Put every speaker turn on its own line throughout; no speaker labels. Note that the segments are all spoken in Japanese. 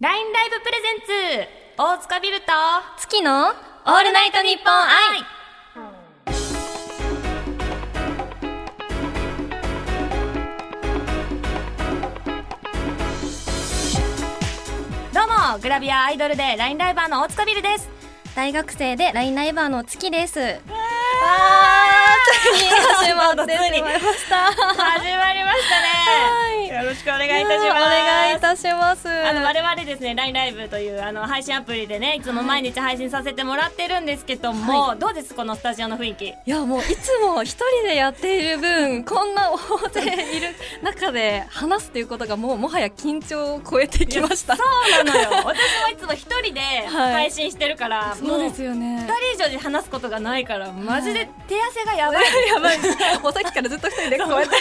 LINE ライブプレゼンツ大塚ビルと
月のオールナイトニッポン愛
どうもグラビアアイドルで LINE ライバーの大塚ビルです
大学生でラインライバーの月です。わー
ー
ついに始まってしまいました。
始まりましたね、よろしくお願いいたします
お願いいたします。
あの我々ですね LINE ライブというあの配信アプリでねいつも毎日配信させてもらってるんですけども、どうですこのスタジオの雰囲気
いやもういつも一人でやってい る分こんな大勢いる中で話すということがもうもはや緊張を超えてきました。
そうな のよ私もいつも一人で配信してるから、も
そうですよね
2。人以上で話すことがないからマジで手汗がや ばい、やばい
もうさっきからずっと一人でこうやって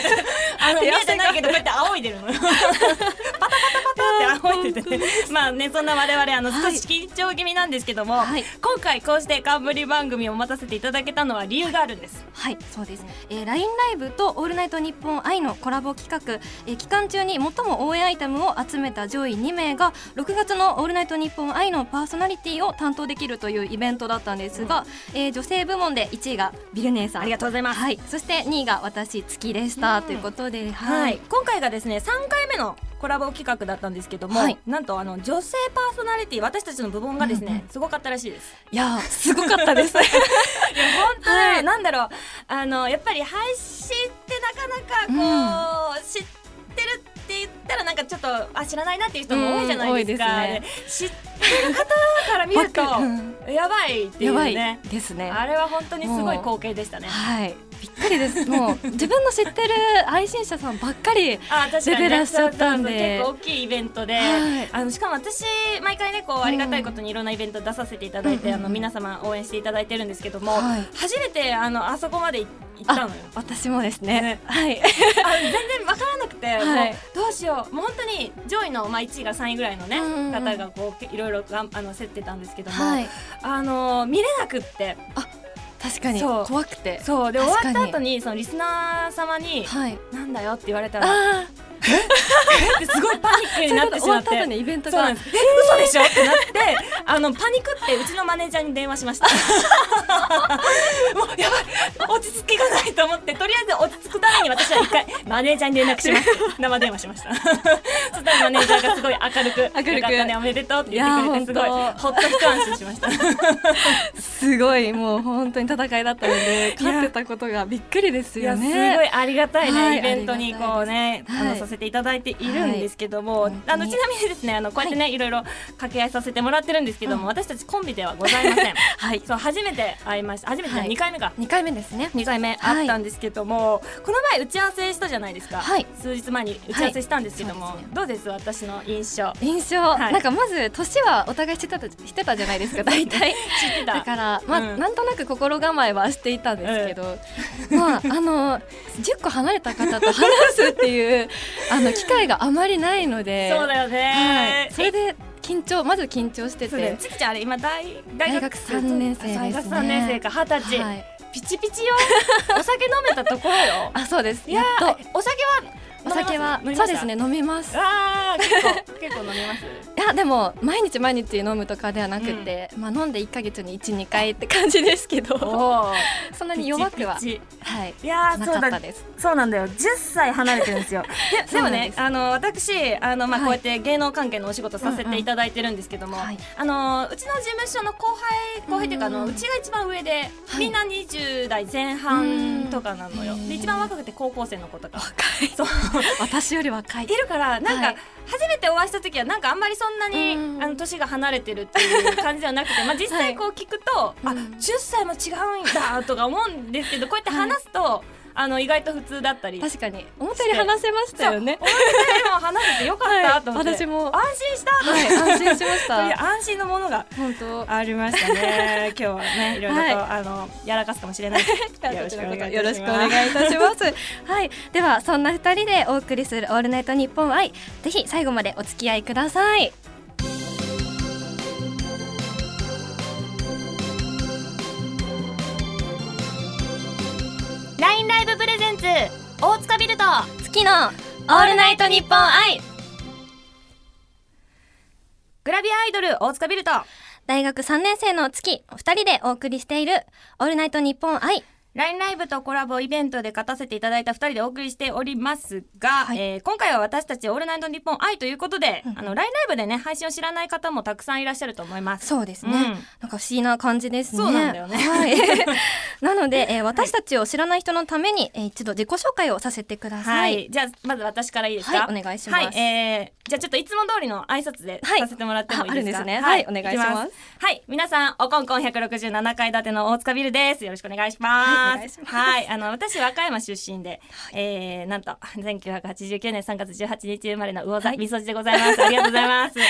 あの見
手
え
汗が
てないけどこうやって仰いでる のよパタパタパタって仰いでてねまあねそんな我々あの
は
少
い
し緊張気味なんですけども、
はい
今回こうして冠番組を持たせていただけたのは理由があるんです
はい、そうです。えー、ラインライブとオールナイトニッポン愛のコラボ企画、えー期間中に最も応援アイテムを集めた上位2名が6月のオールナイトニッポン愛のパーソナリティを担当できるというイベントだったんですが、えー女性部門で1位がビルネーさん、
ありがとうございます
はい、そして2位が私月でした、
うん
ということで、
は
はいい、、
今回がですね3回目のコラボ企画だったんですけども、
はい
なんとあの女性パーソナリティ私たちの部門がですね、
うんう
すごかったらしいです。
いやーすごかった です。
いや本当ね、
は
なんだろうあのやっぱり配信ってなかなかこう、知ってるって言ったらなんかちょっとあ知らないなっていう人も多いじゃないですか、
うん多いで
知ってる方から見る と
わかうん
やばいってい
や
う
ば
ね
い。ですね。
あれは本当にすごい光景でしたね。
はい、びっくりです。もう自分の知ってる配信者さんばっかり。
あ確かに
レベ
ね
ルしちゃったんで
そうそうそう結構大きいイベントで、
はい
あのしかも私毎回ねこうありがたいことにいろんなイベント出させていただいて、
うん
あ
うんうん
の皆様応援していただいてるんですけども、
はい
初めてあのあそこまで行ったのよ。
私もですね。
ね
はい。
あ全然わからなくて、
はい
もうどうしようもう本当に上位の、まあ、1位が3位ぐらいのね、
うんうん
方がこういろいろがんあの競ってたんですけども、
はい。
あの見れなくって
確かに
そう
怖くて。
そうで終わ
確か
っ
に
た後にそのリスナー様に
はい。
「なんだよ」って言われたら
あ
ってすごいパニック
あ、
にな ってし
終
ま
わ
っ。
ってた後にイベント
そうな
が
んです。え、嘘でしょってなって、あのパニクってうちのマネージャーに電話しました。 もうやばい、落ち着きがないと思って、とりあえず落ち着くために私は一回マネージャーに連絡します。生電話しました。そしたらマネージャーがすごい明るく、
明るく
よかったねおめでとうって言ってくれてすごい
いや本当
ほっと一安心しました。
すごいもう本当に戦いだったので勝ってたことがびっくりです
い
よ
やすご
ね。
いありがたいね、
はい
イベントにこうね、
ありがたいです
あの
はい
させていただいているんですけども、
はい本
あ
当
の
に
ちなみにですねあのこうやってね、い、ろいろ掛け合いさせてもらってるんですけども、私たちコンビではございません
はい。
そう初めて会いました初めて、
はい
2回目か
二回目ですね。
2回目
はい
会ったんですけども、この前打ち合わせしたじゃないですか、
はい
数日前に打ち合わせしたんですけども、
はいそうですね
どうです私の印象
印象、
はい
なんかまず年はお互い知ってたしてたじゃな いですか大体
知って
だ
た
からまあ、
うん
なんとなく心構えはしていたんですけど、まああの10個離れた方と話すって いうあの機会があまりないので
そうだよ
は
ね、
い、それで緊張まず緊張して
そうだよ
て
ちきちゃんあれ今大大
大学三年生ですね
大学三年生か二十歳、
はい、
ピチピチよ お酒飲めたところよ
あそうです
い
や
や
っ
ー
と
お酒は
お酒は
飲み
そ
まし
う
た
ですね飲みます
ああ結構結構飲みます
いやでも毎日毎日飲むとかではなくて、まあ飲んで一ヶ月に一二回って感じですけど
お
そんなに弱くははい
いやー
な
そう
かった
だ
です
そうなんだよ10歳離れてるんですよ ででも
そうなん
ね
です
あの私あのまあ
はい
こうやって芸能関係のお仕事させていただいてるんですけども、
はい
あのうちの事務所の後輩後輩っていうかあの
うん
うちが一番上で、
い
みんな20代前半とかなのよ
うん
で一番若くて高校生の子とか
若い
そう
私より若い
いるからなん
は
か
い
初めてお会いした時はなんかあんまりそんなに、
うん
あの年が離れてるっていう感じではなくて、まあ、実際こう聞くと、
い
あ
うん
10歳も違うんだとか思うんですけどこうやって話すと、あの意外と普通だったり。
確かに思ったより話せましたよね
そう思ったよりも話せてよかったと思って、
はい私も
安心したと思っ
はい
て、
安心しまし
いや
た
安心のものが
本当
ありましたね今日はねいろいろと、
はい
あのやらかすかもしれ ないですけどよろしくお願いいたします
よろしくお願いいたします。はい、ではそんな二人でお送りするオールナイトニッポン愛、ぜひ最後までお付き合いください。
LINE ライブプレゼンツ大塚ビルと
月のオールナイトニッポン愛。
グラビアアイドル大塚ビルと
大学3年生の月2人でお送りしている「オールナイトニッポン愛
LINE ライブとコラボイベントで勝たせていただいた2人でお送りしておりますが、
い
えー今回は私たち「オールナイトニッポン愛」ということで、あの LINE ライブでね配信を知らない方もたくさんいらっしゃると思います。
そうですね、
うん
なんか不思議な感じですね。
そうなんだよね
はい なので、えー私たちを知らない人のために、えー一度自己紹介をさせてくだ
は
さい。
い、じゃあまず私からいいですか。
はいお願いします
はい、えー、じゃあちょっといつも通りの挨拶で
はい
させてもらってもいいですか。
ああるんですねはいお願いします
きはい、皆さんおこんこん167階建ての大塚ビルです。よろしくお願いし
はい
ま
お願いし
す。
ます
はい、あの私和歌山出身で、えー、なんと1989年3月18日生まれの魚座、
はい
みそじでございます。ありがとうございます。聞い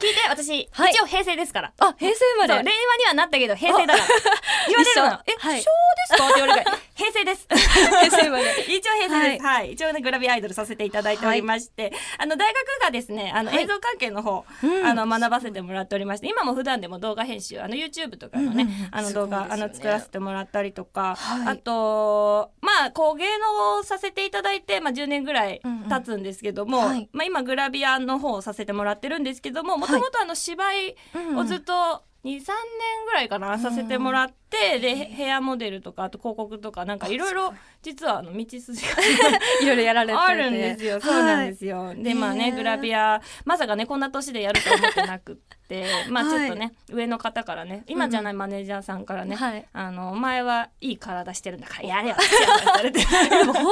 て私、
はい
一応平成ですから。
あ、平成生
そう令和
ま
に
れ。
はなったけど平成だから 言われるのよ
一緒
え、
はい
昭和ですかって言われるから 平成です
平成生まれ。
一応平成です、はい一応ねグラビアアイドルさせていただいておりまして、あの大学がですねあの
はい
映像関係の方、
うん
あの学ばせてもらっておりまして今も普段でも動画編集あの YouTube とかのね、
うんうんうん
あの
すご
動
いですよ
画、
ね
あの作らせてもらったりとか、
はい
あとまあこう芸能をさせていただいて、まあ、10年ぐらい経つんですけども、
うんうんはい
まあ、今グラビアの方をさせてもらってるんですけどももともとあの芝居、をずっと23年ぐらいかなさせてもらって、でへヘアモデルとかあと広告とかなんかいろいろ実はあの道筋が
いろいろやられてて。
あるんですよそうなんですすよ、でまあ
ねえ
ねグラビアまさかねこんな年でやると思ってなくって まあちょっとね、上の方からね今じゃないマネージャーさんからね、
はい
あのお前はいい体してるんだからやれよって言われて
でも本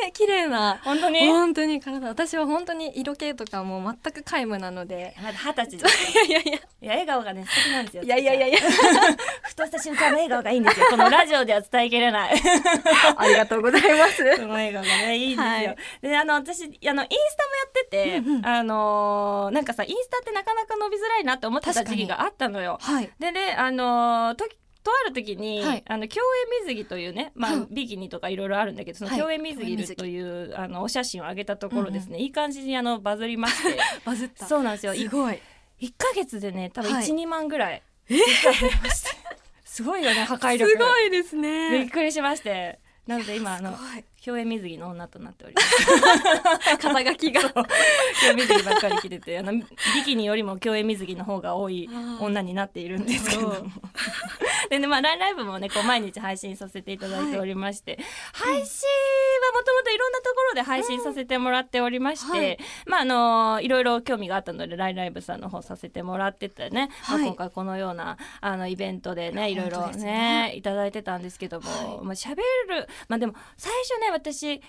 当に綺麗な。
本当に
本当に体私は本当に色気とかも全く皆無なので
まだ二十歳です
いやいやい
い
や
や笑顔がね素敵なんですよ
いやいやいやいや
ふとした瞬間の笑顔がいいんですよこのラジオでは伝えきれない
ありがとうございます
その笑顔がねいいんですよ。
はい
であの私あのインスタもやってて、
うんうん
あのーなんかさインスタってなかなか伸びづらいなって思ってた
確か
時
に
期があったのよ。
はい
でねあのーととある時に、
はい
あの競泳水着というね、ま
は
あ
い、
ビキニとかいろいろあるんだけどその
はい
競泳水
競泳水
着
着
という、あのお写真を上げたところですね、いい感じにあのバズりまして
バズっ た
そうなんですよ
す
1
ごい
か月でね多分12、
はい
万ぐらい実は増えました すごいよね破壊力
すごいです
びっ
ね
くりしましてなので今あの
すごい
競泳水着の女となっております
肩書きが
競泳水着ばっかり着ててあのビキニよりも競泳水着の方が多い
あー
女になっているんですけども
そう
でねまあ LINE ライブもねこう毎日配信させていただいておりまして、配信はもともといろんなところで配信させてもらっておりまして、
うんはい
まああのいろいろ興味があったので LINE ライブさんの方させてもらっててね、まあ
はい
今回このようなあのイベントでねいろい
本
ろ
当です
ね
ね
いただいてたんですけども、
は
まあ喋るまあでも最初ね私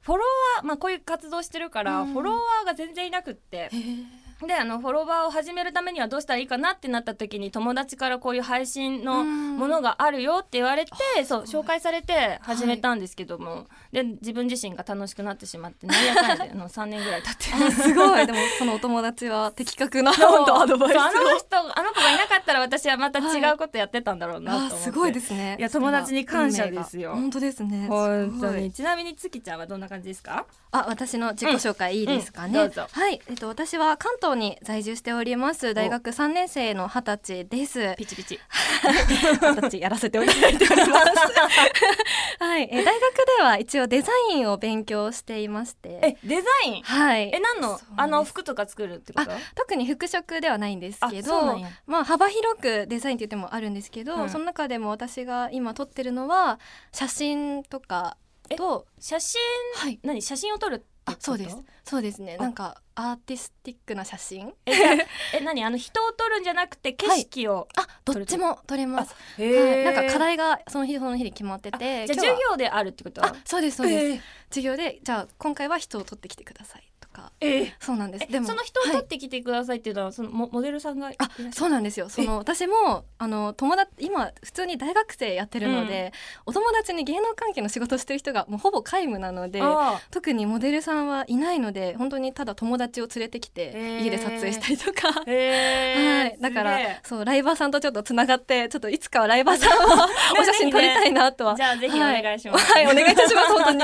フォロワー、まあ、こういう活動してるから、
うん
フォロワーが全然いなくって
へー
であのフォロワーを始めるためにはどうしたらいいかなってなった時に友達からこういう配信の
うん
ものがあるよって言われて、そう紹介されて始めたんですけども、で自分自身が楽しくなってしまって何やかんやであ の3年ぐらい経って
あす ごいでもそのお友達は的確な
そう
本当アドバイス
そう
を
あの人あの子がいなかったら私はまた違うことやってたんだろうなと思
あ
って、
すごいですね
いや友達に感謝ですよ
運命が本当で すね
本当
すごい
にちなみに月ちゃんはどんな感じですか
あ、私の自己紹介いいですかね。
うんうんどうぞ
はい、えっと、私は関東に在住しております。大学三年生の二十歳です。
ピチピチ
二十歳やらせていただいております。 はい、えー大学では一応デザインを勉強していまして。
えデザイン
はい。
え何の
そう
あ
なん
の
です
服とか作るってこ
あ
と
特に服飾ではないんですけ
あそうな
ど
んや
まあ、幅広くデザインって言ってもあるんですけど、
うん
その中でも私が今撮ってるのは写真とかと、
写真
はい、
何写真を撮るってこ
あ
と
そうですそうですね
あ
なんかアーティスティックな写真
えじゃあえ何あの人を撮るんじゃなくて景色を、
あどっちも撮れます。
へ
はい、
ー
なんか課題がその日その日で決まってて
じゃあ
今日は
授業であるってこと
あそうですそうです、
えー
授業でじゃあ今回は人を撮ってきてくださいとか
えー
そうなんです
えその人を
は
撮
い
ってきてくださいっていうのは、そのモモデルさんがいらっ
あ
しゃる
そうなんですよその私もあの友達今普通に大学生やってるので、お友達に芸能関係の仕事してる人がもうほぼ皆無なので
あー
特にモデルさんはいないので本当にただ友達を連れてきて、
へー
家で撮影したりとか、
へー
はい、だ
す
か
げ
ら
え
そうライバーさんとちょっとつながってちょっといつかはライバーさ んをお写真撮りたいなとは
じゃあぜひお願いします、
はい、お願いいた します、本当に。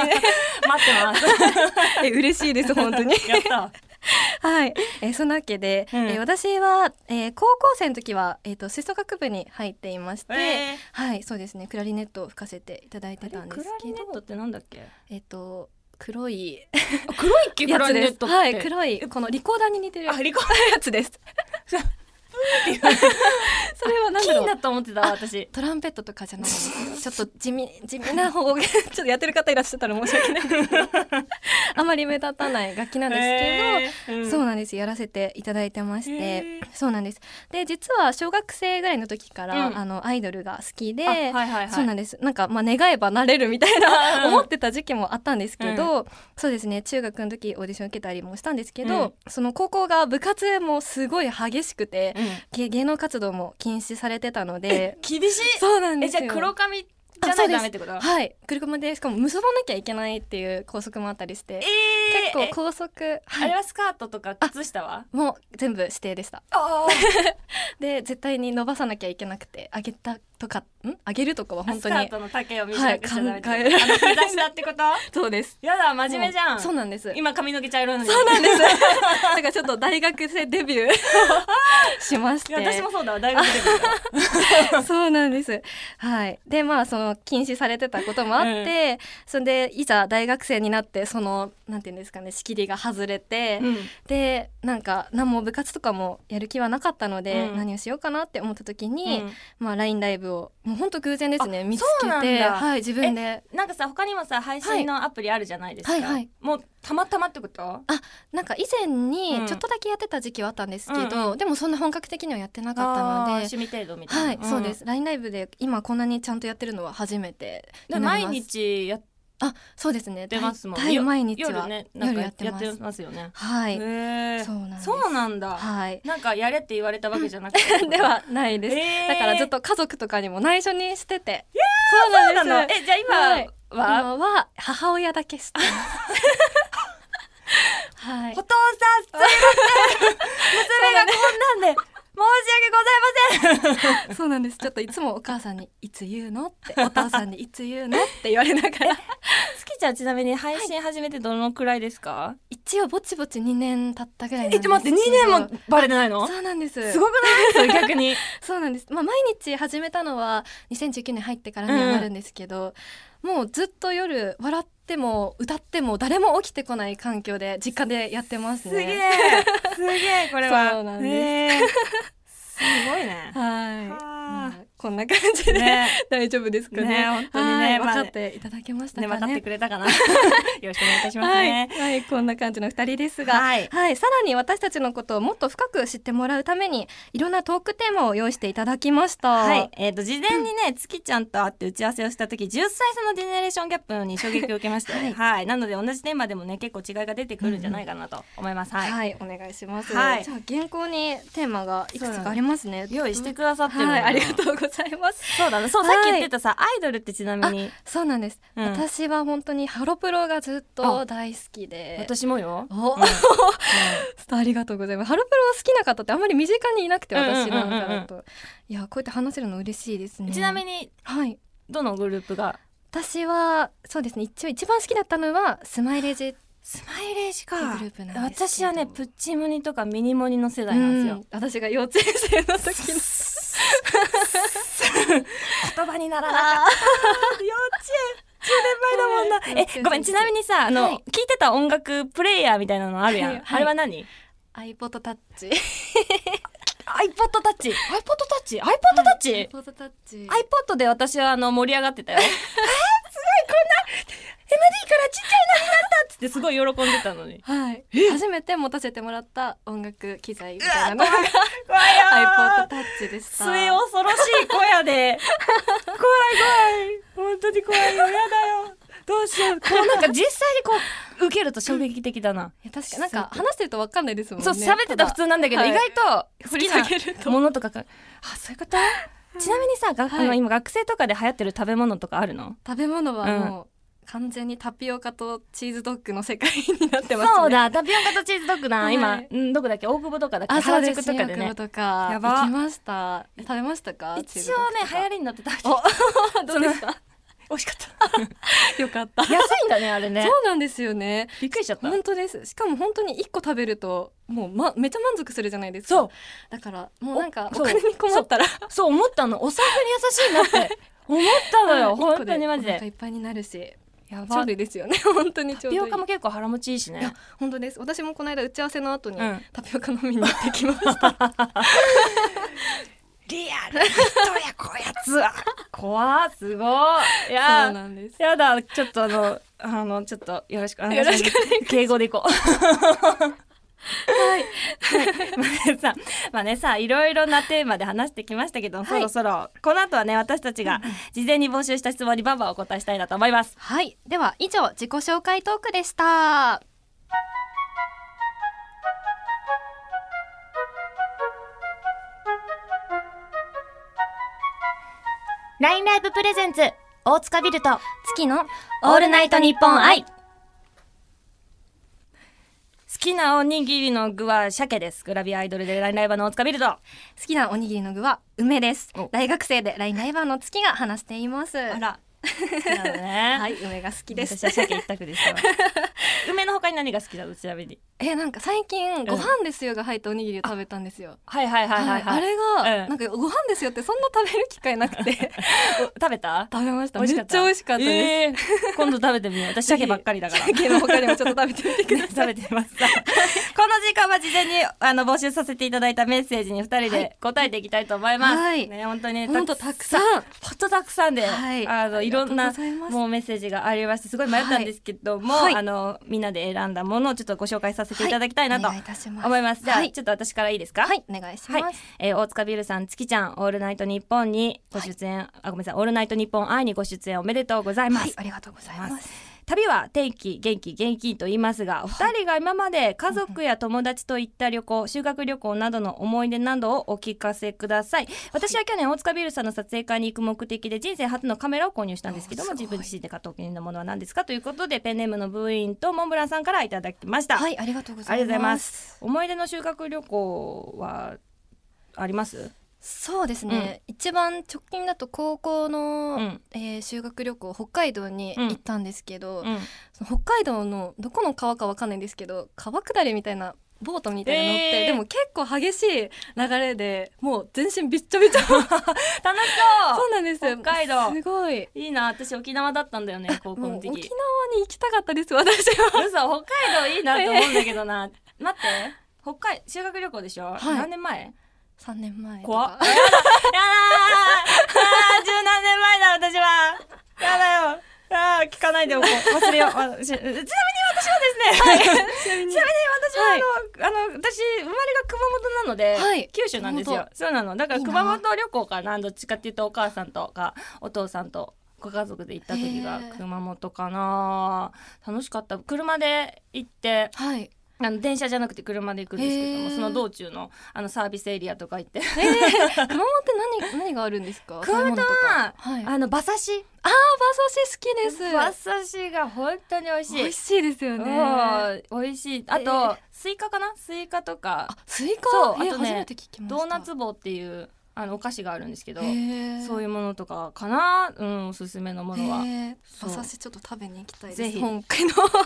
待ってます
え、嬉しいです、本当に。
やった
はい、えーそんなわけで、
うん
えー私は、えー高校生の時は、えっ、と、吹奏楽部に入っていまして。
えー
はい、そうですね、クラリネットを吹かせていただい
あ
て
れ
たんで
ク
す
ラ
け
リネット
ど
っ。てなんだっけ
えっ、と、黒い
黒いっけ
やつです。はい、
い
黒い、このリコーダーに似てるや
あリコ
つです。それは何だろ
金
う
だと思ってた私
トランペットとかじゃないんですよちょっと地味地味な方言ちょっとやってる方いらっしゃったら申し訳ないんですけどあまり目立たない楽器なんですけど、
けど
そうなんですやらせていただいてまして、
へー
そうなんですで実は小学生ぐらいの時から、
うん
あのアイドルが好きで、
あはいはいはい
そうなんですなんかまあ願えばなれるみたい
うんう
な
ん
思ってた時期もあったんですけど、そうですね中学の時オーディション受けたりもしたんですけど、
うん
その高校が部活もすごい激しくて、
うん
芸芸能活動も禁止されてたので
厳しい
そうなん
え
で
じ
す
ゃ
よ
あ黒髪じゃないとダメってこと
はい車でしかも結ばなきゃいけないっていう校則もあったりして
えー
結
え
構校則
あ
は
れ
い
はスカートとか靴下は
もう全部指定でした
あ
で絶対に伸ばさなきゃいけなくて上げたとかん上げるとかは
あ
本
スカ
当に
ートの丈を短くしちゃダメってこと
はい考えられ
あの膝下ってこと
そうです
やだ真面目じゃん
そうなんです
今髪の毛茶色なのに
そうなんですだからちょっと大学生デビューを しま し
い
て
や私もそうだわ大学でも
そうなんですはいでまあその禁止されてたこともあって、それでいざ大学生になってそのなんていうんですかね仕切りが外れて、でなんか何も部活とかもやる気はなかったので、
うん
何をしようかなって思った時に、
うん
まあ LINE ライブをもう本当偶然ですね見つ
そう
け
なん
て
だ
はい自分で
なんかさ他にもさ配信のアプリあるじゃないですか、
はいはいはい
もうたまたまってこと
なんか以
う
前
ん
にちょっとだけやってた時期はあったんですけど、
うん
でもそんな本格的にはやってなか
あ
っ
ー
たので。
趣味程度みたいな
はい、
ん
そうです。LINE ライブで今こんなにちゃんとやってるのは初めて
で
になり
毎
ます。
日やっ
あ、そうですね。
てますもん
大大
よ
毎日は
夜ねなんか
夜
や
や
っ
ってます
てますよね
はい、
へー
そうなんです
そうなんだ、
はい。
なんかやれって言われたわけじゃなくて
ではないです、
えー
だからずっと家族とかにも内緒にしてて。
そう
な
なん
です
のえじゃあ今
はい
は、
今は母親だけして ます。はい
お。父さんすいません娘がこんなんで申し訳ございません
そうなんです。ちょっといつもお母さんにいつ言うのって、お父さんにいつ言うのって言われながら。
月ちゃんちなみに配信始めてどのくらいですか、
一応ぼちぼち2年経ったぐらいなん
えち
で
ょっ
すけ
と
ど
待って二年もバレてないの
そうなんです
すごくないそれ逆に
そうなんですまあ毎日始めたのは2019年入ってからにはなるんですけど、もうずっと夜笑っても歌っても誰も起きてこない環境で実家でやってます
す
ね
げえすげえこれは
そうなんです
ねえすごいね
はい
はあ
まあこんな感じ で、
ね
大丈夫ですかね
ね本当にね
はい
まあ
分かっていただけました
ね
か
分かって
ね
くれたかな よろしくお願いいたします
はい、
ね
はい、こんな感じの二人ですが、
はい
はい、さらに私たちのことをもっと深く知ってもらうためにいろんなトークテーマを用意していただきました。
はい、えっ、と事前にね、月ちゃんと会って打ち合わせをした時10歳差のジェネレーションギャップに衝撃を受けまして、
は
はいい、なので同じテーマでもね結構違いが出てくるんじゃないかなと思います。
は、
はいい、
お願いします。
はい
じゃあ原稿にテーマがいくつかありますね。
用意してくださってるの
はい、ありが
う。
とうございます。
そうだね、そう、
はい
さっき言ってたさ、アイドルってちなみに、
そうなんです。
うん
私は本当にハロプロがずっと大好きで。
私もよ。
お、
うん
ありがとうございます。ハロプロ好きな方ってあんまり身近にいなくて
うんうんうんうん
私なんかだと、いやこうやって話せるの嬉しいです
う
ね。
んちなみ
に
に、
はい。
どのグループが。
私はそうですね一応一番好きだったのはスマイレージって
スマイレージ
いうグ
か
ル。ープなんですけど
私はね、プッチモニとかミニモニの世
う
代なんですよ。
ん私が幼稚園生の 時の
言葉にならなかった。 幼稚園、10年前だもんな。
はい
え、ごめん、ちなみにさ、あの、
はい
聞いてた音楽プレイヤーみたいなのあるやん。
はいはい
あれは何
iPod タッチ
?iPod Touch。iPod Touch?iPod Touch?iPod
iPod タッチ
で私はあの盛り上が ってたよ。えーすごい、こんな MD からちっちゃいのになったっつってすごい喜んでたのに。
はい、初めて持たせてもらった音楽機材みたいなのが
怖い
iPod タッチでした。
末恐ろしい小屋で怖い怖い本当に怖いよやだよどうしようこうなんか実際にこう受けると衝撃的だな、
いや確かなんか話してるとわかんないですもんね。
そう喋ってたら普通なんだけど、
はい
意外と
振
振
り
り
下
下
げ
げ
る
る
と
ものとかがあそういうこと ちなみにさ、が
はい
あの今学生とかで流行ってる食べ物とかあるの
食べ物はもう完全にタピオカとチーズドッグの世界になってますね。
そうだタピオカとチーズドッグな、
はい
今んどこだっけ大久保とかだっけ
あ、そう
原
で
宿
す。
とかで
新大久
ね
保とか
やば
行きました。食べましたか？
一応ね流行りに乗って食べて
お行どうですか？
美味しかった
よかっ た。
安いんだねあれね
そうなんですよね。
びっくりしちゃった
本当です。しかも本当に一個食べるともうまめっちゃ満足するじゃないですか。
そう
だからもうなんか
おそ
お
う
金に困ったら
そう思ったのお財布に優しいなって思ったのよ
一個
本
で
当にマジ
お腹い
で
っぱいになるし。
や
ちょう
ば
どいいですよね本当にち
タ
ょう
ピ
ど
オ
いい
カも結構腹持ちいいし
いや
ね
本当です私もこの間打ち合わせの後に、
うん
タピオカ飲みに行ってき ました
リアルどやこやつは怖っすごいいやー
んです
やだちょっとあのあのちょっとよろしくお願いします
よろし
敬語でいこうはい、まあねさまあねさいろいろなテーマで話してきましたけど、
い
そろそろこの後はね私たちが事前に募集した質問にバンバンお答えしたいなと思います
はいでは以上自己紹介トークでした
ラインライブプレゼンツ大塚ビルと
月の
オールナイトニッポン愛
好
好きなおにぎりの具は鮭ですグラビアアイドルでラインライバーの大塚ビルド
きなおにぎりの具は梅です
お
大学生でラインライバーの月が話しています
あらな のね
はい梅が好きです
私は鮭一択ですよ 梅の他に何が好きだうちなみに
えなんか最近ご飯ですよが入ったおにぎりを食べたんですよ、
はいはいはいはい、はい、
あれが、
うん
なんかご飯ですよってそんな食べる機会なくて
食べた
食べました
美味し
め
か
っ
っ
ち
た
ゃ美味しかったです、
えー今度食べてみよう私鮭ばっかりだから
鮭の他にもちょっと 食べてみてください
食べてますこの時間は事前にあの募集させていただいたメッセージに二人で答えていきたいと思います、
はい
ね本当 にね
本当
た
たくさん
ほんとたくさんで、
はい
あのいろん
あ
な
りがとうございます
もうメッセージがありましてすごい迷ったんですけども、
はいはい
あのみんなで選んだものをちょっとご紹介させていただきたいなと
はいお願いいたします
思います、じゃあ、
はい
ちょっと私からいいですか
はいお願いします、
はい、えー大塚ビルさん、月ちゃん、オールナイトニッポンにご出演、あ、ごめんなさい、オールナイトニッポン愛にご出演おめでとうございます。
はいありがとうございます
旅は天気元気元気と言いますがお二人が今まで家族や友達と行った旅行修学旅行などの思い出などをお聞かせください私は去年大塚ビールさんの撮影会に行く目的で人生初のカメラを購入したんですけども
おーすごい
自分自身で買ったお気に入りのものは何ですかということでペンネームの部員とモンブランさんからいただきました、
はいありがとうござ
ありが
います
とうございます思い出の修学旅行はあります
そうですね、一番直近だと高校
う
の、
ん
えー修学旅行北海道に行ったんですけ
う
ど、
ん
その北海道のどこの川かわかんないんですけど川下りみたいなボートみたいなの乗って、
えー
でも結構激しい流れでもう全身びっち ょびちょ
楽し
そうなんですよ
北海道
すごい
そういいな私沖縄だったんだよね高校
もう
の時
沖縄に行きたかったです私は
嘘北海道いいなと思うんだけどな、 待って北海修学旅行でしょ、
はい
何年前や
3年前とか
怖っだーあー十何年前だ私はやだよあー聞かないでおこう忘れ ようあしちなみに私はですね、ちなみに私はあの、あの私生まれが熊本なので、
はい
九州なんです
熊
よ
本
そうなのだから
いいな
熊本旅行かなどっちかっていうとお母さんとかお父さんとご家族で行った時が
へー
熊本かな楽しかった車で行って
はい
あの電車じゃなくて車で行くんですけども
へー
その道中のあのサービスエリアとか行って
えー、熊本何何があるんですか
熊本は
食べ物とかはい、あ
あの馬刺し
馬刺し好きです
馬刺しが本当に美味しい
美味しいですよねあ
うん美味しいあと、
えー
スイカかなスイカとか
スイカ
そう
え
あとね
初めて聞きました
ドーナツ棒っていうあのお菓子があるんですけど
そ
そういううものとかかなうんおすすめのものはそう
馬刺しちょっと食べに行きたいです
ぜひ
今回の
食べて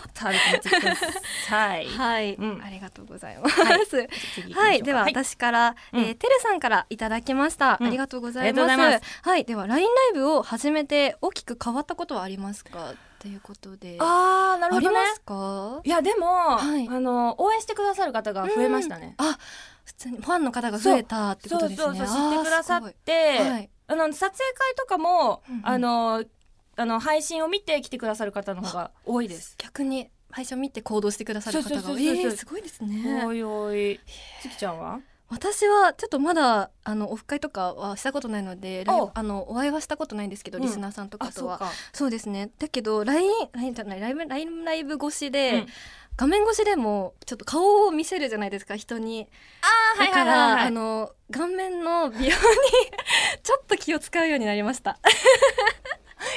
みてください
はい、
うん
ありがとうございます、
は
はいい
次行きましょうか
では私から、
うん
えーてるさんからいただきました、
うん
ありがとうござい
あ
ま
りがとう
す
ございま
はいではラインライブを始めて大きく変わったことはありますかということで
あーなる
あ
ほ
り
どね
ますか
いやでも、
はい
あの応援してくださる方が増えましたね
あ普通にファンの方が増えたってこ
そ
と
う
ですね
そうそう知ってくださ
あー
っ
す
て、
ごいはい
あの撮影会とかも、
うんうん
あのあの配信を見て来てくださる方の方が多いです。
逆に配信を見て行動してくださる方が
そうそうそうそう
えーすごいですね
おいおい、つきちゃんは？
私はちょっとまだあのオフ会とかはしたことないのでライブ
お
あのお会いはしたことないんですけど、
うん
リスナーさんとかとは
か。
そうですねだけど LINE じゃないライブライブライブ越しで、
うん
画面越しでもちょっと顔を見せるじゃないですか人に
あ
だから、あ
あの
の顔面の美容に ちょっと気を使うようになりました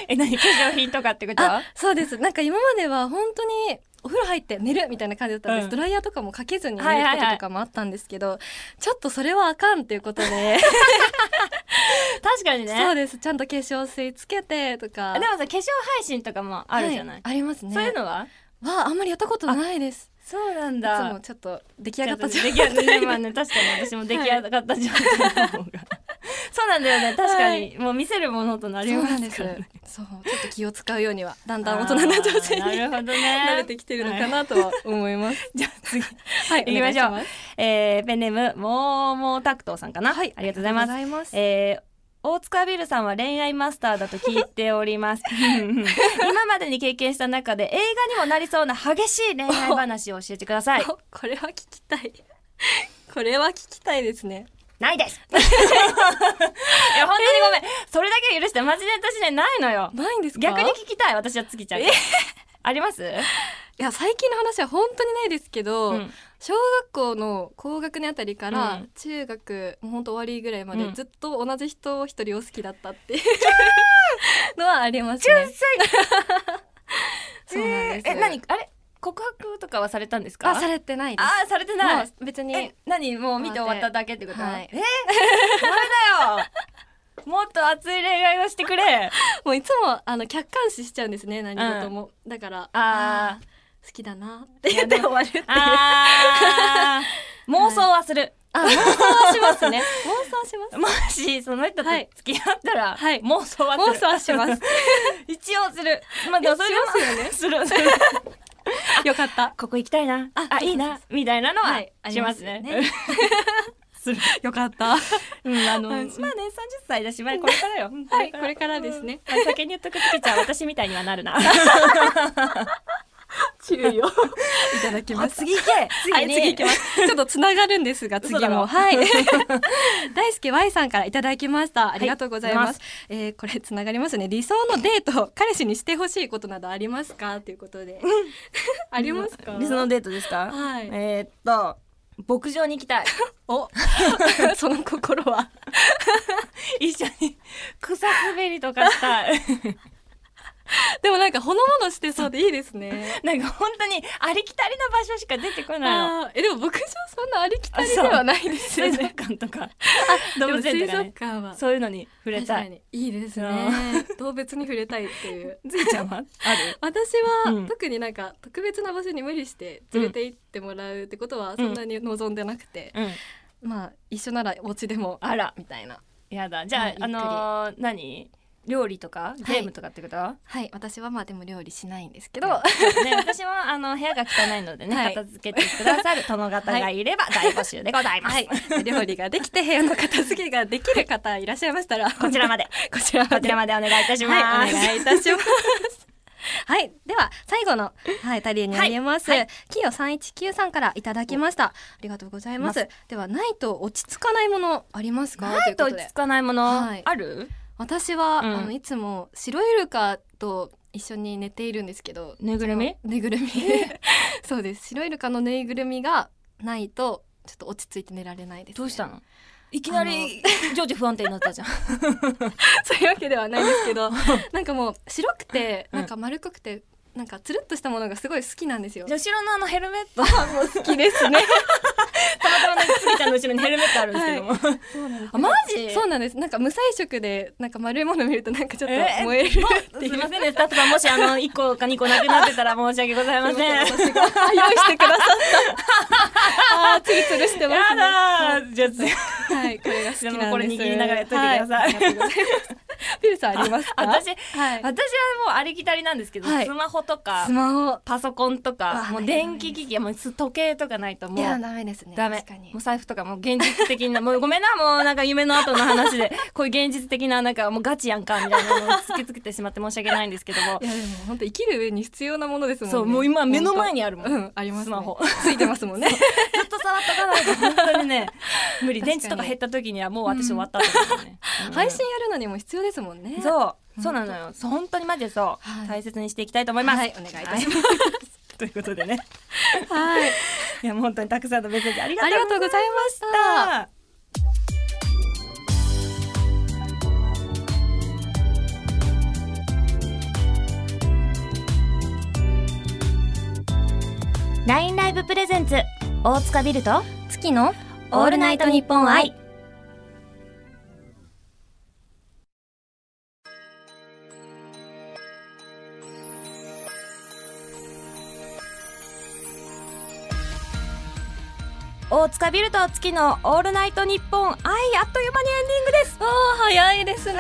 え何化粧品とかってこと？あ
そうですなんか今までは本当にお風呂入って寝るみたいな感じだったんです、
うん
ドライヤーとかもかけずに寝
はい
る
はい
こ
はい
ととかもあったんですけど、ちょっとそれはあかんっていうことで
確かに
そ
ね。
うですちゃんと化粧水つけてとか
でもさ化粧配信とかもあるじゃない？
はありますね
そういうのは？
はあんまりやったことないです
そうなん
いつも。ちょっと出来上がった状
出
態
来上がった。まあね確かに私も出来上がった状態の方が。そうそうなんだよね確かに、もう見せるものとなり
そう
ま
なん
す
です
からね
そうちょっと気を使うようにはだんだん大 人な女性に
あーなるほどね
慣れてきてるのかなとは思います。
じゃあ次
は
行
い
きましょう
お願い
えー、ペンネームもーもータクトーさんかな
はい
ありがとうございます
います
えー大塚ビルさんは恋愛マスターだと聞いております 今までに経験した中で映画にもなりそうな激しい恋愛話を教えてください
おこれは聞きたい。 これは聞きたいですね。
ないです いや本当にごめん、それだけは許してマジで私ねないのよ
ないんですか。
逆に
い
聞きたい私は月ちゃん、あります、
や最近の話は本当にないですけど、
うん
小学校の高学年あたりから、
うん
中学もう本当終わりぐらいまで、
うん
ずっと同じ人を一人を好きだったっていう のはありますね。そうなんです。
えーえ何あれ告白とかはされたんですか
あされてないです。
あーされてない
もう別に
え、何もう見て終わっただけってこと、
はい
え ー、ダメだよもっと熱い恋愛をしてくれ
もういつもあの客観視しちゃうんですね何事も、だから
あー
ー好きだなって言って終わるっていう。
あー妄想はする、
あ妄想はしますね。妄想はします。
もしその人と
はい
付き合ったら、
はい
妄想はする
妄想はします
一応するまあでも それでもするする
よかった。
ここ行きたいなあ
あ
いいなみたいなのは
はいあ
し
り
ま
ますす
ね
ね、
する
よかった。
うん、あの、 まあ
安
ね、
心
三十歳だし、まあ、これからよ。
はい、これからですね。
うん。まあ先に言っとくつけちゃん、私みたいにはなる な。
注意をいただきます。
次行け。
は
次
い、
に
次行きます。ちょっとつながるんですが、次
嘘だろ
も。はい。 大輔 Y さんからいただきました。ありがとうござい
は
ま
い
す。えーこれつながりますね。理想のデート、彼氏にしてほしいことなどありますかということで。 ありますか
理 想のデートですか。
はい
えーっと。牧場に行きたい。
おその心は。
一緒に草滑りとかしたい。
でもなんかほのぼのしてそうでいいですね。
なんか本当にありきたりな場所しか出てこないの。
あーえでも牧場そんなありきたりではないです よ
水
ね。
族館とか動
でも
物園と
水
か
族
ね。
館は
そういうのに触れ
確
た
か
い。
にいいですね動物に触れたいっていう
ずいちゃんは ある。
私は、
うん
特になんか特別な場所に無理して連れて行ってもらうってことはそんなに望んでなくて、
うん。
まあ一緒ならお家でも
あら
みたいな
やだ。じゃあ、
はいゆっく
あ
り
のー何料理とかゲームとかってこと？
はい私はまあでも料理しないんですけ
けど、
ど、
ね、私もあの部屋が汚いのでね、
はい
片付けてくださる殿方がいれば大募集でございます。
はい、料理ができて部屋の片付けができる方いらっしゃいましたら
こちらまで、
こちらま
こち
で
らまでお願いいたします。
はい、お願いいた します。 はい、では最後のはいタリーになります。
は
はい
は
いキヨ三一九さんからいただきました。ありがとうございます。
ま
ではないと落ち着かないものありますか？
ないと
い
落
う
ち
ことで
着かないもの、
はい
ある？
私は、
うん
あのいつも白イルカと一緒に寝ているんですけど。
ぬいぐるみ？
ぬいぐるみ。 そうです。白イルカのぬいぐるみがないとちょっと落ち着いて寝られないです、
どうした？の？いきなり常時不安定にな ったじゃん。
そういうわけではないですけ ど、なんかもう白くて
うん
なんか丸っこくて。なんかつるっとしたものがすごい好きなんですよ。
後ろのあのヘルメット、
好きです ね。
たまたまねスギちゃんの後ろにヘルメットあるんですけど も。
そうなんです
あマジ？
そうなんです。なんか無彩色でなんか丸いもの見るとなんかちょっ
え
と燃えるって
す
いう。
みませんねスタッフさんもしあの一個か二個なくなってたら申し訳ございません。や
私 があ用意してくださ った。あー次吊るしてますね。
だーじゃあ次
はい、これが好きなん
じゃあ
です。
もうこれ握りながらやっといてください
はありがとうございます。 ピルさんありますか？
あ私
はい。
私はもうありきたりなんですけど、
はい
スマホとか
スマ
パソコンとか
あ
もう
はい
電気機器もうす時計とかないとも
ホ。
う
いやダメですね。
ダメ
確かに
もう。財布とかもう現実的な もうごめんなもうなんか夢の後の話 でこういう現実的ななんかもうガチやんかみたいなのを 突きつけてしまって申し訳ないんですけども
いやでも本当生きる上に必要なものですもんね。
そうもう今目の前にあるもん、
本当うんありますね。
スマホ
ついてますもんね。
ずっと触っとかないと本当にね 無理
確か
電
に
池とか減った時にはもう私終わったと思うよね、うん
配信やるのにも必要ですもんね。
そうそうなのよそう本当にマジでそう、
はい
大切にしていきたいと思います、
はいお願いいたします
はいという ことでね
はい。
いやもう本当にたくさんのメッセージありが
あり
と
が
う
とう
ご
ご
ざ
ざ
い
いまし。
ましたた。
LINE ライブプレゼンツ大塚ビルと
月の
オールナイトニッポン愛大塚ビルト月のオールナイトニッポン愛あっという間にエンディングです
あー早いですね。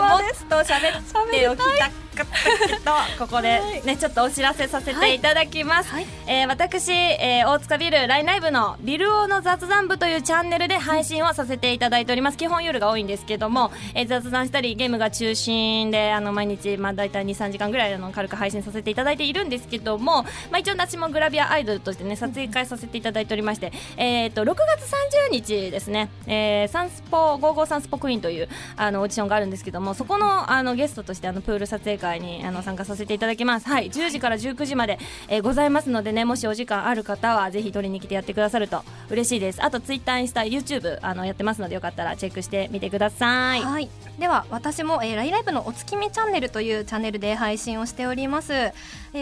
もっと喋っておきたか ったけどここでねちょっとお知らせさせていただきます、
はい
えー私、えー大塚ビルラインライブのビル王の雑談部というチャンネルで配信をさせていただいております基本夜が多いんですけども、えー雑談したりゲームが中心であの毎日まあ大体23時間ぐらいあの軽く配信させていただいているんですけども、まあ、一応私もグラビアアイドルとしてね撮影会させていただいておりまして、えー、と6月30日ですね、えーサンスポ55サンスポクイーンというあのオーディションがあるんですけどもそこのあのゲストとしてあのプール撮影会にあの参加させていただきますはい10時から19時まで、えーございますのでねもしお時間ある方はぜひ取りに来てやってくださると嬉しいですあとツイッターインスタ YouTube あのやってますのでよかったらチェックしてみてください
はい、では私も、えー、ライライブのお月見チャンネルというチャンネルで配信をしております、えー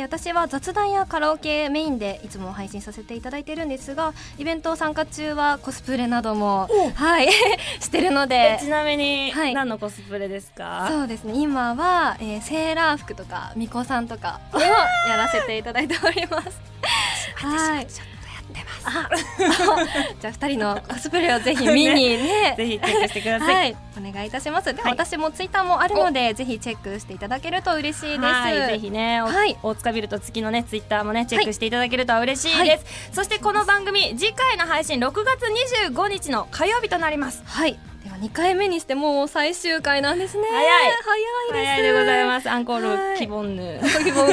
私は雑談やカラオケメインでいつも配信させていただいているんですがイベント参加中はコスプレなどもはい してるの
え
で
ちなみに、
はい
何のコスプレですか
そうですね今は、えーセーラー服とか巫女さんとかをやらせていただいております はい
ちょっとやってます
じゃあ 二人のコスプレをぜひ見にね
ぜひチェックしてください、
はい、お願いいたします。では、
はい
私もツイッターもあるので、ぜひチェックしていただけると嬉しいです。
はい、ぜひね、お
はい
大塚ビルと月のねツイッターもねチェックしていただけると嬉しいです、
はい
そしてこの番組次回の配信6月25日の火曜日となります
はい、では二回目にしてもう最終回なんですね。
早い
早いです。
早いでござい
す。
ますアンコー
は
ル
い
希望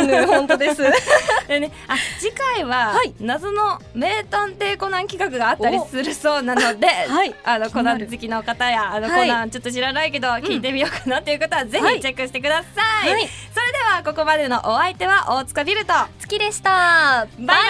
ぬ
本当です。
でねあ次回は、
はい
謎の名探偵コナン企画があったりするそうなので、
はい
あのコナ
気に
ン
なる
好きの方やあの、
はい
コナンちょっと知らないけど聞いてみようかなという方はぜ
は
ひ
い
チェックしてください、
はい
それではここまでのお相手は大塚ビルと
月でした。
バイバイ